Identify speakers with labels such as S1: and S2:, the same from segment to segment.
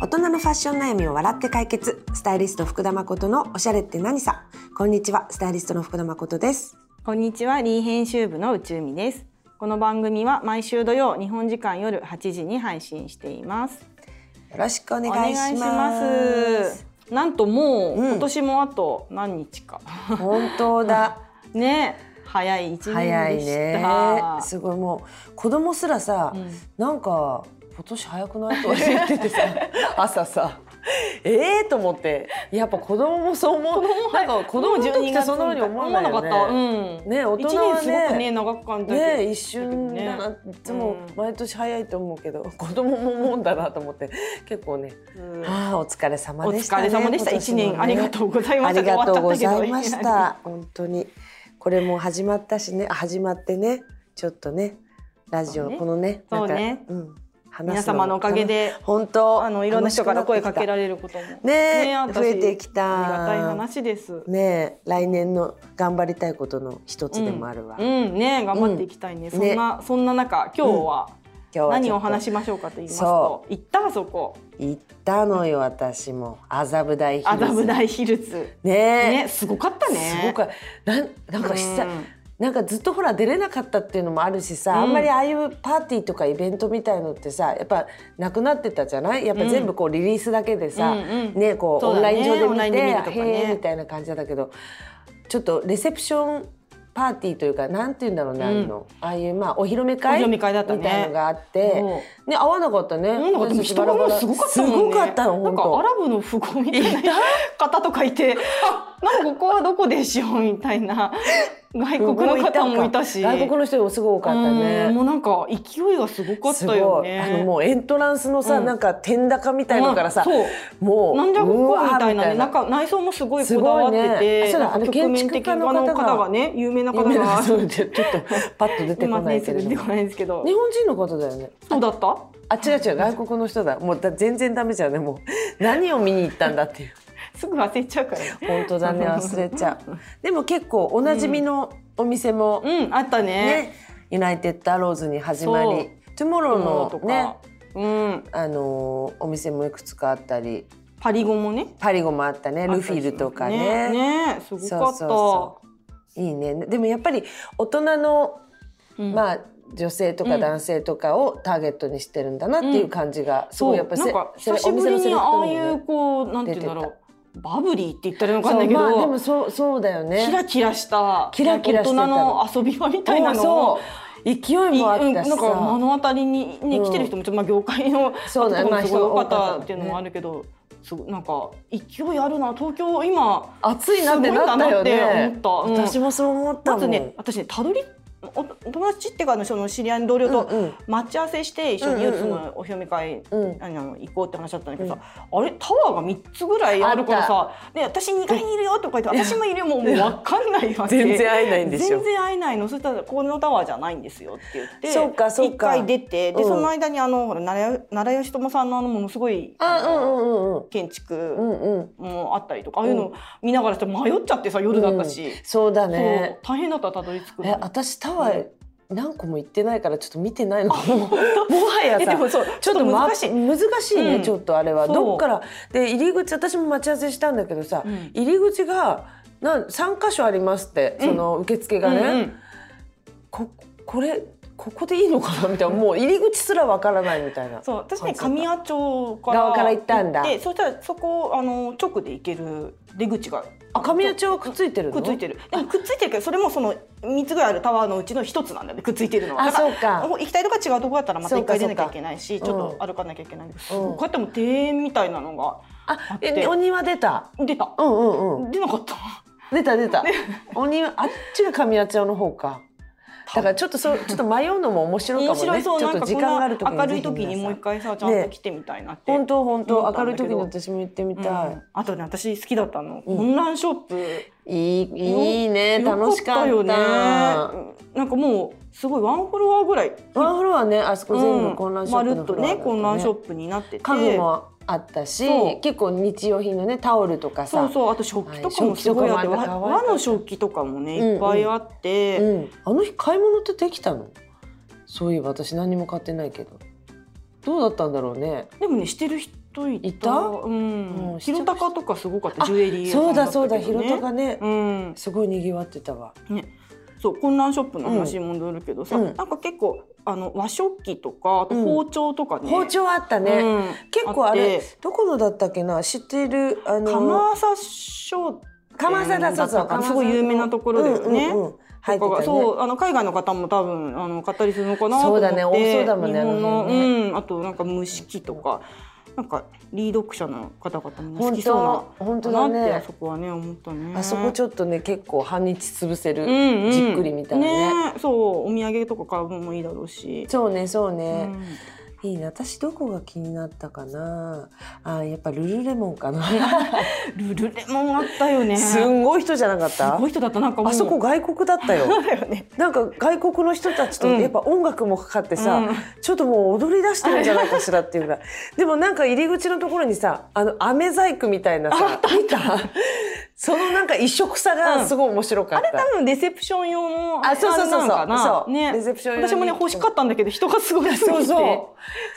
S1: 大人のファッション悩みを笑って解決スタイリスト福田誠のおしゃれって何さこんにちはスタイリストの福田誠です
S2: こんにちは、リー編集部の宇宙美です。この番組は毎週土曜日本時間夜8時に配信しています。
S1: よろしくお願いします
S2: すなんともう、
S1: うん
S2: 今年もあと何日か。
S1: 本当 だ
S2: ね、早い一年
S1: 早
S2: で
S1: い
S2: し
S1: ね
S2: た。
S1: すごいもう子供すらさ、
S2: うん
S1: なんか今年早くないとか言ってて さ朝さええー、と思ってやっぱ子供もそう思うなんか子供の時ってそんなふうに思わないよね
S2: 思わなかった。うん。
S1: ね大
S2: 一
S1: 人は
S2: 年すごく
S1: ね
S2: ね長く感じたけど
S1: ね一瞬だな、いつも毎年早いと思うけど、 子供ももんだなと思って結構ね、
S2: うん
S1: ああお疲れ様
S2: お
S1: でした、
S2: 疲
S1: ね、
S2: れ様でした。一年ありがとうございま
S1: あ
S2: した。
S1: りがとうご
S2: 終わっちゃった
S1: ざ
S2: け
S1: い
S2: ど
S1: まし。た本当にこれも始まったしねあ始まってねちょっとねラジ
S2: そ
S1: オ、
S2: うね
S1: このねなんか
S2: そうね
S1: うん、話す
S2: 皆様のおかげで。
S1: 本当
S2: あのいろんな人から声かけ
S1: れ
S2: られることもね
S1: ね
S2: え私
S1: 増えてきた
S2: ありがたい話です。
S1: ねえ来年の頑張りたいことの一つでもあるわ、
S2: う
S1: 今
S2: んねえ頑張っていきたいね。そんなそんな中今日は
S1: 日は
S2: 何をお話
S1: 話
S2: しましょうかと言います
S1: そ
S2: と、行ったあそこ
S1: 行ったのよ私も麻布台ヒルズ
S2: 麻布台ヒルズ
S1: ねえ
S2: ねすごかったね。
S1: すごくなんなんか久、
S2: うん
S1: なんかずっとほら出れなかったっていうのもあるしさ、
S2: うん
S1: あんまりああいうパーティーとかイベントみたいのってさやっぱなくなってたじゃないやっぱ全部こうリリースだけでさ、
S2: うんうん
S1: ねこう
S2: そう
S1: オン
S2: だ
S1: ラ
S2: ね
S1: イン上で見
S2: オンライ
S1: て
S2: ンで見るとかね
S1: へえみたいな感じだけどちょっとレセプションパーティーというかなんて言うんだろうね、ああいうのああいうまあお披露目会
S2: お披露目会だったね
S1: みたいのがあって
S2: そ。
S1: ね、合わなかったね。
S2: なんかでも人がもうすごかったもんね。
S1: すごかったの、
S2: な
S1: 本
S2: んかア
S1: 当。
S2: ラブの富豪みたいな方とかいて、なんかここはどこでしょうみたいな外国の方もいたし、
S1: 外国の人もすごい多かったね。
S2: うんもうなんか勢いがすごかったよね。
S1: すごいあのもうエントランスのさ、
S2: うん
S1: なんか天高みたいのからさ、
S2: うん
S1: も
S2: そう
S1: う
S2: なんじゃこ
S1: う
S2: こ
S1: わー
S2: みたいなね
S1: み
S2: 中内装もすごいこだわって
S1: すごいね
S2: て、
S1: あそうだ
S2: なんか
S1: あの
S2: 局面
S1: 建築
S2: 的
S1: 家
S2: な
S1: の方が
S2: 方がね有名な方
S1: 夢の
S2: が
S1: 中でちょっとパッと出てこ
S2: 今
S1: な
S2: ね
S1: い
S2: す
S1: け
S2: ぐ
S1: れど
S2: 出て
S1: も
S2: こないんですけど
S1: 日、本人の方だよね
S2: そうだった？
S1: あ違う違う外国の人だもうだ全然ダメじゃんねもう何を見に行ったんだっていう
S2: すぐ忘れちゃうからね。
S1: 本当だね忘れちゃうでも結構おなじみのお店も、
S2: うんあったね。
S1: ねユナイテッドアローズに始ま
S2: そう
S1: りトゥモロ
S2: と
S1: ーのね
S2: か、うん
S1: あのーお店もいくつかあったり
S2: パリ語もね。
S1: パリゴもあったねルフィルとか
S2: ねねすごかった。
S1: そうそうそういいねでもやっぱり大人の、
S2: うん
S1: まあ女性とか
S2: うん
S1: 男性とかをターゲットにしてるんだなっていう感じが、す
S2: そ
S1: ご
S2: う
S1: いやっぱ
S2: なん
S1: せ
S2: か
S1: せ
S2: 久しぶり
S1: お店
S2: に
S1: の
S2: あ
S1: セ
S2: あ
S1: レクトも
S2: いう
S1: ね
S2: こうなんて言うんだろうバブリーって言ったらわか
S1: そ
S2: んな
S1: う
S2: いけど、
S1: まあでもそうそうだよね
S2: キラキラした
S1: キラキラしてたの
S2: なんか大人の遊び場みたいなのを
S1: そう勢いもあ
S2: いうん
S1: っ
S2: な
S1: た
S2: ん
S1: し
S2: か
S1: さ、
S2: 目の当たりに、ね
S1: うん
S2: 来てる人もちょっと、まあ、業界の
S1: そうだね
S2: 方とかもすごい多かっ
S1: まあ人多かった
S2: た
S1: ね
S2: っていうのもあるけど、すごいなんか勢いあるな東京今
S1: 暑いなってなったよね
S2: すごいなって思ったうん
S1: 私もそう思ったも
S2: ま
S1: ん、
S2: ずね私ねたどりおお友達っていうかあのその知り合いの同僚と
S1: うん
S2: 待ち合わせして一緒に
S1: うんうんうん
S2: そのお披露目会
S1: うん、うん
S2: あの行こうって話だったんだけどさ、あれタワーが3つぐらいあるからさ「で私2階にいるよ」とか言って「私もいるよ」もうもう分かんないわ け
S1: 全然会えないんでしょ
S2: 全然会えないのそしたら「このタワーじゃないんですよ」って言って
S1: そうかそうか
S2: 1回出てで
S1: うん
S2: その間にあのほら奈良奈良吉友さんのあのものすごい
S1: あうんうんうん
S2: 建築
S1: うんうん
S2: もあったりとか、ああいうの見ながらして迷っちゃってさ夜だったし、
S1: そうだ
S2: そう
S1: ね
S2: 大変だったたどり着くの
S1: え私タワー何個も行ってないからちょっと見てないのか ももはや
S2: えで
S1: さ
S2: もそう
S1: ちょっと
S2: ま
S1: 難しい難しいね、
S2: うん
S1: ちょっとあれは
S2: そう
S1: どっからで入り口私も待ち合わせしたんだけどさ、
S2: うん
S1: 入り口がなん3箇所ありますってその受付がね、
S2: うんうん
S1: ここれここでいいのかなみたいなもう入り口すらわからないみたいな
S2: そう私ね
S1: あそうか
S2: 神谷町から
S1: 側から行ったんだ
S2: でそしたらそこあの直で行ける出口が
S1: あ神谷町はくっついてるの
S2: くっついてるでもくっついてるけどそれもその三つぐらいあるタワーのうちの一つなんだよねくっついてるのは
S1: あ
S2: だから
S1: そうか
S2: 行きたいとか違うとこだったらまた
S1: そう
S2: 一
S1: か
S2: 回出なきゃいけないしち
S1: そうか
S2: ょっと歩かなきゃいけないんだけど、
S1: うん
S2: こうやっても庭園みたいなのが
S1: あ
S2: あって
S1: えお庭出た
S2: 出た
S1: うんうんうん
S2: 出なかった
S1: 出た出た。おにあっちが神谷町の方か。だからちょっとそうちょっと迷うのも面白いか
S2: 面
S1: もね。
S2: 白いそう
S1: ちょ
S2: な
S1: っ
S2: ん
S1: と
S2: か
S1: 時
S2: こ
S1: 間がある時に
S2: の明るい時にもう一
S1: 回。
S2: 回さちゃんと来てみたいなって、
S1: 本当本
S2: 思
S1: 当
S2: った
S1: 明
S2: ん
S1: るい
S2: だけ
S1: 時
S2: ど
S1: に私も行ってみ
S2: う
S1: たい
S2: ん。、あとね私好きだったの、
S1: うん
S2: オンラインショップ
S1: いいいいね
S2: よ
S1: 楽しかった。
S2: よねなんかもうすごいワンフロアぐらい
S1: ワンフロアねあそこ全
S2: う
S1: 部
S2: ん
S1: 混乱ショップ
S2: まる
S1: の
S2: っ
S1: フ
S2: と
S1: ロアだ
S2: ね
S1: った
S2: 混乱ショップになってて
S1: 家具もあったし
S2: そう、
S1: 結構日用品のねタオルとか
S2: そ
S1: さ。
S2: うそうあと食器とかもすごいあって、
S1: はい食器とかもあった可
S2: 和
S1: 愛かっ
S2: 和
S1: た
S2: の食器とかもねいっぱいあって、
S1: うん。あの日買い物ってできたの？そういえば私何も買ってないけど。どうだったんだろうね。
S2: でもねしてる人といた
S1: いた
S2: うん
S1: うん
S2: ひろたかとかすごかった
S1: あ
S2: ジュエリー屋さ
S1: そうんだ
S2: だった
S1: そうだ
S2: けど
S1: ひろ
S2: ね
S1: たかね、
S2: うん
S1: すごい賑わってたわ
S2: そう混乱ショップの話に戻るけどさ、
S1: うん
S2: なんか結構あの和食器とかあと
S1: うん
S2: 包丁とかね、
S1: 包丁あったね、
S2: うん
S1: 結構あれ
S2: って
S1: どこのだったっけな知ってるあの
S2: 釜浅商
S1: 釜沢だそうそう
S2: だったか
S1: 釜沢
S2: な
S1: の
S2: すごい有名なところだよね
S1: うんうんうん入
S2: と
S1: ってた
S2: かが、
S1: ね
S2: そうあの海外の方も多分あの買ったりするのかなと思って
S1: そうだね多そうだもんね
S2: 日本
S1: あの
S2: の、
S1: 辺
S2: うん、あとなんか蒸し器とかなんかリード読者の方々も好
S1: 本
S2: きそうな
S1: 当本当
S2: だな
S1: だ
S2: って、あ
S1: ね
S2: そこはね思ったね
S1: あそこちょっとね結構半日潰せる、
S2: うんうん
S1: じっくり見たらね
S2: ねそうお土産とか買うのもいいだろうし、
S1: そうねそう
S2: う
S1: ね、
S2: ん
S1: いいね私どこが気になったかなあやっぱルルレモンかな
S2: ルルレモンあったよね
S1: すんごい人じゃなかっ
S2: す
S1: た
S2: ごい人だったなんかもう
S1: あそこ外国だったよ
S2: そうだよね
S1: なんか外国の人たちと
S2: うん
S1: やっぱ音楽もかかってさ、
S2: うん
S1: ちょっともう踊り出してるんじゃないかしらっていうぐらい でもなんか入り口のところにさあの飴細工みたいなさ見たそのなんか異色さがすごい面白かった、
S2: 多分レセプション用の
S1: あそうそうそうそう
S2: れなのかな
S1: そう
S2: ね
S1: レセプション用に
S2: 私もね欲しかったんだけど人がすごいすぎ
S1: そう
S2: て
S1: そ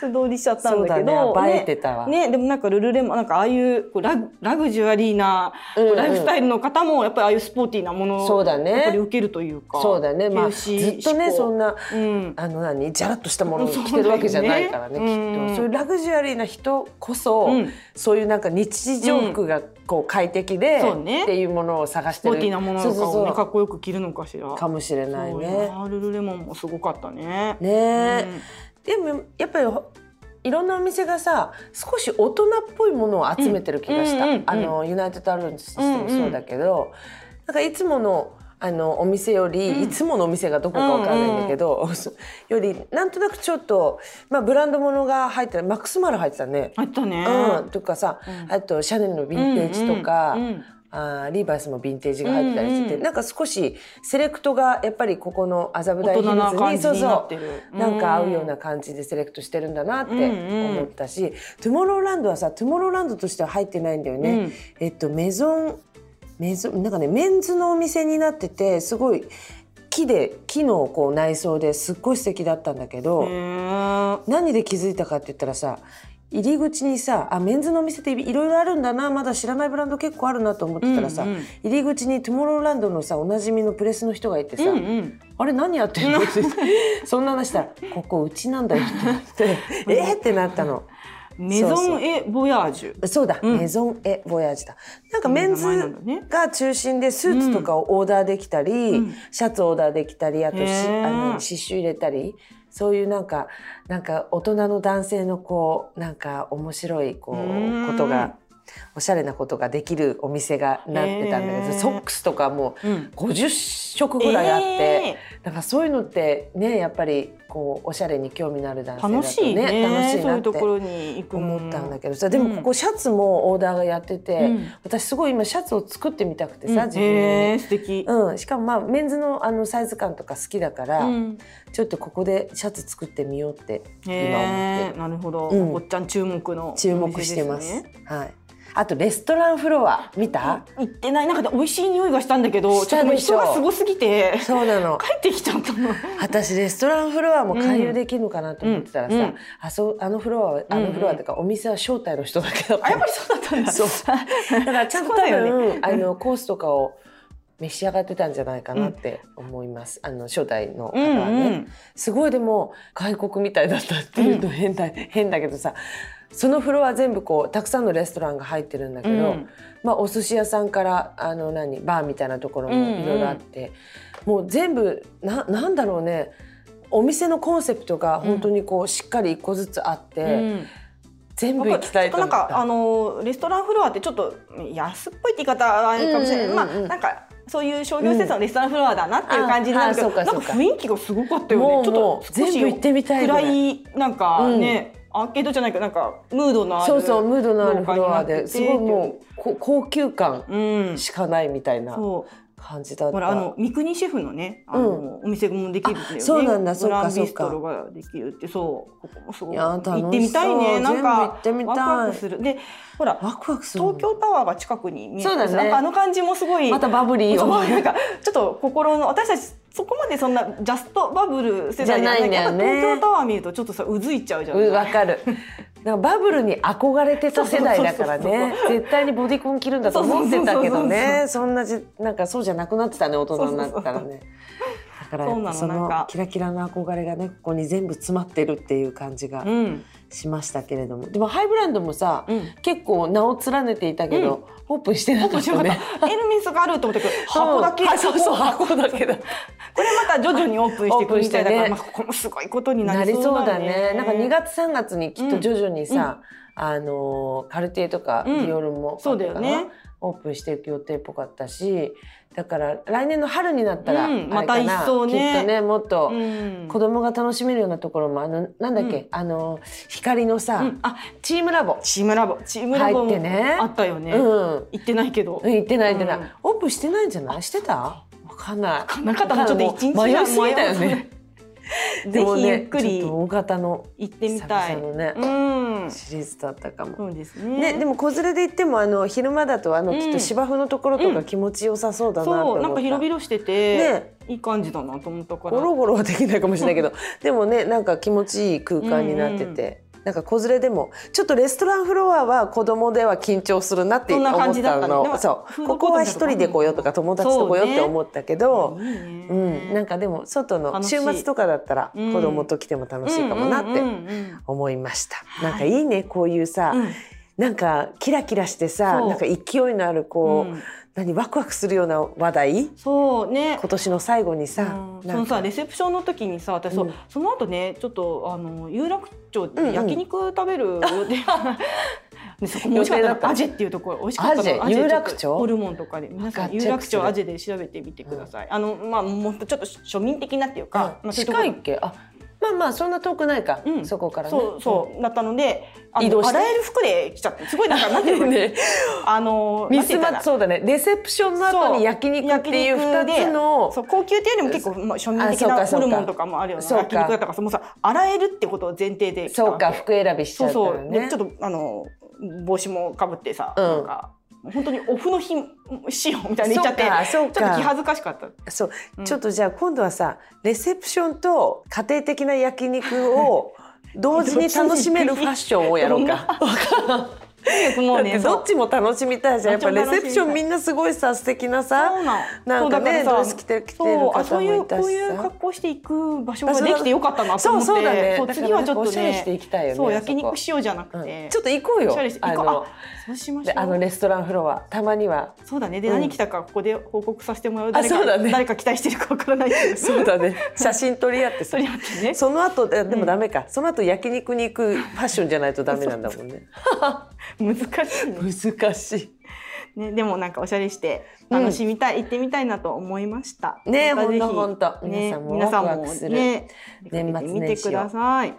S2: それ通りしちゃったんだけ
S1: そう
S2: ど
S1: だね
S2: ね
S1: 映えてたわ
S2: ねでもなんかルルレモンなんかああいうこうラグラグジュアリーな
S1: うんうん
S2: ライフスタイルの方もやっぱりああいうスポーティーなもの
S1: そうだね
S2: やっぱり受けるというか
S1: そうだねまあ
S2: 重
S1: ず
S2: 視
S1: っとね
S2: 志向
S1: そんな
S2: うん
S1: あの何じゃらっとしたものを
S2: そうだ
S1: 着
S2: よね
S1: てるわけじゃないからね
S2: うん
S1: きっとそういうラグジュアリーな人こそ、
S2: うん
S1: そういうなんか日常服がこう快適で、
S2: そうね
S1: っていうものを探し
S2: ス
S1: て
S2: ポ
S1: る
S2: ーティーなもの
S1: そ
S2: と
S1: う
S2: か
S1: そ
S2: を
S1: う
S2: ね
S1: そ
S2: かっこよく着るのかしら
S1: うかもしれないね。
S2: そうルルレモンもすごかったね
S1: ねえ、でもやっぱりいろんなお店がさ少し大人っぽいものを集めてる気がした、
S2: うんうんうんうん
S1: あのユナイテッドアロンジスもそうだけど、なんかいつものあのお店より、
S2: うん
S1: いつものお店がどこかわからないんだけど、 よりなんとなくちょっと、まあ、ブランドものが入ってるマックスマル入ってたね。
S2: あったね
S1: うん、とかさ、
S2: うん
S1: あとシャネルのヴィンテージとか、
S2: うんうん
S1: あーリーバイスもヴィンテージが入ってたりしてて、
S2: うんうん
S1: なんか少しセレクトがやっぱりここの麻布台ヒ
S2: 大
S1: ル
S2: 人
S1: ズ
S2: な感
S1: に
S2: じ
S1: そう
S2: になっ
S1: そう
S2: てる
S1: なんか合うような感じでセレクトしてるんだなって思ったし、トゥモローランドはさトゥモローランドとしては入ってないんだよね、
S2: うん
S1: えっとメゾンメゾンなんかねメンズのお店になっててすごい木で木のこう内装ですっごい素敵だったんだけど、
S2: へー
S1: 何で気づいたかって言ったらさ入り口にさあメンズのお店っていろいろあるんだなまだ知らないブランド結構あるなと思ってたらさ、
S2: うんうん
S1: 入り口にトゥモローランドのさおなじみのプレスの人がいてさ、
S2: うんうん
S1: あれ何やってん のって言ってそんな話したら「ここうちなんだよ」 ってなって「えっ!」ってなったの。
S2: メゾン・エ・ボヤージュ
S1: そうだ、
S2: うん
S1: メゾン・エ・ボヤージュだなんかメンズ
S2: 名前なんだね
S1: が中心でスーツとかをオーダーできたり、
S2: ん
S1: シャツオーダーできたりあとし
S2: へー
S1: あの刺繍入れたりそういうなんかなんか大人の男性のこうなんか面白いこ
S2: う
S1: う
S2: ーん
S1: ことがおしゃれなことができるお店がなってたんだけど
S2: へー
S1: ソックスとかも
S2: うん
S1: 50色ぐらいあって。
S2: え
S1: だからそういうのってねやっぱりこうおしゃれに興味のある男性だと
S2: ー
S1: ね
S2: 楽しいね
S1: 楽しい
S2: そう
S1: な
S2: いう
S1: って
S2: ところに行くの
S1: 思ったんだけどさでもここシャツもオーダーがやってて、
S2: うん
S1: 私すごい今シャツを作ってみたくてさ、
S2: うん
S1: 自分
S2: へ
S1: に。
S2: ー素敵
S1: うん、しかもまあメンズのあのサイズ感とか好きだから、
S2: うん
S1: ちょっとここでシャツ作ってみようって今思っ
S2: へ
S1: て
S2: ーなるほど
S1: うん
S2: おっちゃん注目の
S1: 注目してます。
S2: お店でね
S1: はい。あとレストランフロア見た？
S2: 行ってないなんか美味しい匂いがしたんだけど
S1: し
S2: ちょったともう
S1: でしょ
S2: 人がすごすぎて
S1: そうなの。
S2: 帰ってきちゃったの
S1: 私レストランフロアも勧誘できるのかなと思ってたらさ、
S2: うんうん
S1: あそあのフロアはあのフロアというかお店は招待の人だけだった
S2: あやっぱりそうだったんだ
S1: そう だからちゃんと
S2: そう
S1: 多
S2: だよ
S1: 分、あのコースとかを召し上がってたんじゃないかなって思います、あの初代の方はね、
S2: うんうん
S1: すごいでも外国みたいだったっていうと変だ,、変だけどさそのフロア全部こうたくさんのレストランが入ってるんだけど、
S2: うん
S1: まあ、お寿司屋さんからあの何バーみたいなところもいろいろあって、もう全部ななんだろうねお店のコンセプトが本当にこうしっかり一個ずつあって、
S2: うん
S1: 全部
S2: な
S1: 行
S2: んか
S1: き
S2: ち
S1: た
S2: ょ
S1: い
S2: っ
S1: と
S2: と
S1: 思
S2: な
S1: っ
S2: ん
S1: た
S2: かあのレストランフロアってちょっと安っぽいって言い方はあれかもしれない、
S1: うんうんうんうん
S2: まあなんかそういう商業施設のレストランフロアだなっていう感じになるけど、
S1: ああそうか
S2: な
S1: そうんか
S2: か雰囲気がすごかったよね
S1: もう
S2: ちょっ
S1: も
S2: と
S1: う
S2: 少し
S1: 全部行ってみたいぐら
S2: 暗
S1: い
S2: いなんか
S1: うん
S2: ね、アーケードじゃないけどなんかムードのある
S1: そうそうムードのあるフロア
S2: 廊下になって
S1: で
S2: て
S1: すごいもうこ高級感
S2: うん
S1: しかないみたいな
S2: そう
S1: 感じだった。
S2: ほらあの三国シェフのねあの、お店もできるんだよね
S1: そうなんだそうか
S2: グランビストロができるってそうここもすご
S1: い
S2: い
S1: やー楽しそう
S2: 行ってみたいねなんか
S1: 全部行ってみたい
S2: ワクワクするでほら
S1: ワクワクするもん
S2: 東京タワーが近くに見えて
S1: そうだね
S2: なんかあの感じもすごい
S1: またバブリー
S2: そう
S1: を
S2: なんかちょっと心の私たちそこまでそんなジャストバブル世代じゃない
S1: じゃないんだよね
S2: やっぱ東京タワー見るとちょっとさうずいちゃうじゃん。
S1: うんわかる。 なんかバブルに憧れてた世代だから
S2: そうそう
S1: ね絶対にボディコン着るんだと思ってたけどねそんなじなんかそうじゃなくなってたね大人になったらねだから
S2: そうなの
S1: そ
S2: なん
S1: の
S2: か
S1: キラキラの憧れがねここに全部詰まってるっていう感じが
S2: うん
S1: しましたけれどもでもハイブランドもさ
S2: うん。
S1: 結構名を連ねていたけど、オープンしてなかったね
S2: エルメスがあると思ったけど箱だけ、
S1: うんはいそうそう箱だけだ
S2: これまた徐々にオープンしていくみたいだから、
S1: オープンしてね
S2: まあ、ここもすごいことに
S1: な
S2: な
S1: り
S2: り
S1: そ
S2: そうう
S1: だ
S2: だ
S1: ね
S2: ね。
S1: なんか2月3月にきっと徐々にさ、あのーカルティエとかデ
S2: うん
S1: ィオールも
S2: そうだよね
S1: オープンしていく予定っぽかったしだから来年の春になったらあ
S2: う
S1: れ
S2: ん
S1: かな、
S2: また一層ね
S1: きっとねもっと
S2: うん
S1: 子供が楽しめるようなところもあのなんだっけ、
S2: うん
S1: あの光のさ、
S2: うんあ
S1: チームラボ、
S2: チームラボチームラボ
S1: 入っ
S2: も
S1: てね
S2: あったよね。
S1: うん
S2: 行ってないけど。
S1: 行ってない行ってない、
S2: うん
S1: オープンしてないんじゃないしてたわかんない
S2: なかったなちょっと一日
S1: 迷
S2: が
S1: いすぎたよ
S2: 迷いす
S1: ね
S2: ぎた
S1: でも
S2: ぜひゆ
S1: ね
S2: っく
S1: ちょっ
S2: り
S1: と大型の
S2: 行ってみたい。
S1: 久々のね
S2: うん。
S1: シリーズだったかも、
S2: そうです
S1: ね、
S2: ね。
S1: でも子連れで行ってもあの昼間だとあの、
S2: うん
S1: きっと芝生のところと
S2: う
S1: か
S2: ん
S1: 気持ちよさそうだなと思
S2: そ
S1: った、
S2: うなんか広々してて、
S1: ね
S2: いい感じだなと思ったか
S1: ゴ
S2: ら。
S1: ロゴロはできないかもしれないけ どでもねなんか気持ちいい空間になってて、なんか子連れでもちょっとレストランフロアは子供では緊張するなって
S2: そん
S1: 思
S2: な感
S1: っ
S2: じだ
S1: た
S2: ったね
S1: の
S2: でも
S1: そう
S2: フー
S1: こ
S2: ド
S1: こ
S2: コー
S1: は
S2: ト
S1: 一
S2: とかね
S1: 人で来ようとか友達と来ようって思ったけど。
S2: いいね
S1: うん、なんかでも外の
S2: 楽しい
S1: 週末とかだったら
S2: うん
S1: 子供と来ても楽しいかもなって
S2: うんうんうん
S1: 思いました、
S2: い
S1: なんかいいねこういうさ、
S2: うん
S1: なんかキラキラしてさ
S2: そう
S1: なんか勢いのあるこう、
S2: うん
S1: 何ワクワクするような話題
S2: そうね。
S1: 今年の最後に
S2: う
S1: さ、
S2: んそ
S1: な
S2: の
S1: ん
S2: さ
S1: か
S2: レセプションの時にさ私そう、
S1: うん
S2: その後ねちょっとあの有楽町
S1: うんう
S2: で
S1: ん
S2: 焼肉食べる 予定でそこも美味しか
S1: 予定だ
S2: っ
S1: ったた
S2: のアジェっていうところ美味しかったの
S1: アジェ
S2: ちょっと
S1: 有楽町
S2: ホルモンとかで皆さ
S1: わ
S2: ん
S1: かる
S2: 有楽
S1: チェッ
S2: 町
S1: ク
S2: アジェで調べてみてください、あのまあもっとちょっと庶民的なっていうか、
S1: あ
S2: まあ、そううとこ
S1: 近いっけあまあまあそんな遠くないか、
S2: うん
S1: そこからね
S2: そうそうだったのであの
S1: 移動して
S2: 洗える服で来ちゃってすごいなんかなんていう の
S1: ね
S2: あの
S1: ミスマ
S2: なん
S1: ッチ
S2: て言
S1: そうだねレセプションの
S2: ったら
S1: 後に焼肉っていう
S2: そ焼肉で
S1: 2つの
S2: そう高級っていうよりも結構まあ庶民
S1: あ
S2: 的
S1: そう
S2: な
S1: かそ
S2: ホ
S1: うか
S2: ルモンとかもあるような
S1: そうか
S2: 焼肉だったからもうさ洗えるってことを前提で来た
S1: そう
S2: わけ
S1: か服選びしち
S2: そ
S1: ゃ
S2: う
S1: うか
S2: そ
S1: ら
S2: う、
S1: ね
S2: でちょっとあの帽子もかぶってさ、
S1: うん
S2: なんか本当にオフの日仕様みたいに言っちゃって
S1: そうか
S2: ちょっと
S1: そうか
S2: 気恥ずかしかった
S1: そう、
S2: うん
S1: ちょっとじゃあ今度はさレセプションと家庭的な焼肉を同時に楽しめるファッションをやろう か。だ
S2: もう
S1: って
S2: ね
S1: どっちも楽しみたいじゃんやっぱレセプション
S2: どっちも楽しみたい
S1: みんなすごいさ素敵な
S2: そう
S1: さ
S2: そうな
S1: なんかね
S2: そうだから
S1: ドレ
S2: さ
S1: ス着て着てる
S2: そうあ
S1: 方
S2: そう
S1: も
S2: いう
S1: いた
S2: こう
S1: し
S2: いう
S1: さ
S2: 格好していく場所ができてよかったなと思って
S1: そうそうだねだから
S2: 次はちょ
S1: なん
S2: っ
S1: かお
S2: と
S1: しゃれして
S2: ね
S1: いきたいよねあそ
S2: そう
S1: こ
S2: 焼肉しようじゃなくて、
S1: うんちょっと行こうよ
S2: おしゃれして
S1: あ
S2: 行こう
S1: の
S2: あそうしまし
S1: で
S2: ょ
S1: あの
S2: う
S1: レストランフロアたまには
S2: そうだねで、
S1: うん
S2: 何来たかここで報告させてもらう
S1: あ
S2: 誰か
S1: そうだね
S2: 誰か期待してるかわからないけど
S1: そうだ ね写真撮り合って
S2: そ
S1: さ
S2: れあってね
S1: その後ででもダメか、その後焼肉に行くファッションじゃないとダメなんだもん ね
S2: 難しいね
S1: 難しい
S2: ね、でもなんかおしゃれして楽しみたい、行ってみたいなと思いました。
S1: ね
S2: またぜひ
S1: ほんとほんと皆さんも
S2: 皆さん
S1: ワクワクする
S2: ね、
S1: 年末年始を
S2: 見てください。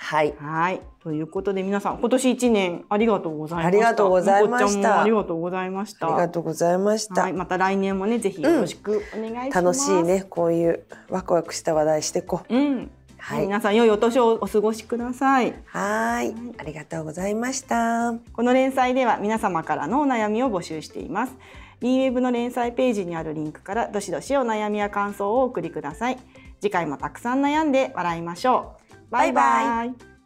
S1: はい
S2: はい、ということで皆さん今年一年ありがとうございました。
S1: ありがとうございました
S2: もこちゃんもありがとうございまし
S1: あ
S2: た。
S1: りがとうございました、
S2: はい、また来年もねぜひよろしくお願いします。
S1: 楽しい。ねこういうワクワクした話題してこう
S2: うん。
S1: はい
S2: 皆さん良いお年をお過ごしください。
S1: はーいありがとうございました
S2: この連載では皆様からのお悩みを募集しています。e ウェブの連載ページにあるリンクからどしどしお悩みや感想をお送りください。次回もたくさん悩んで笑いましょう。バイバイ。
S1: バイ
S2: イ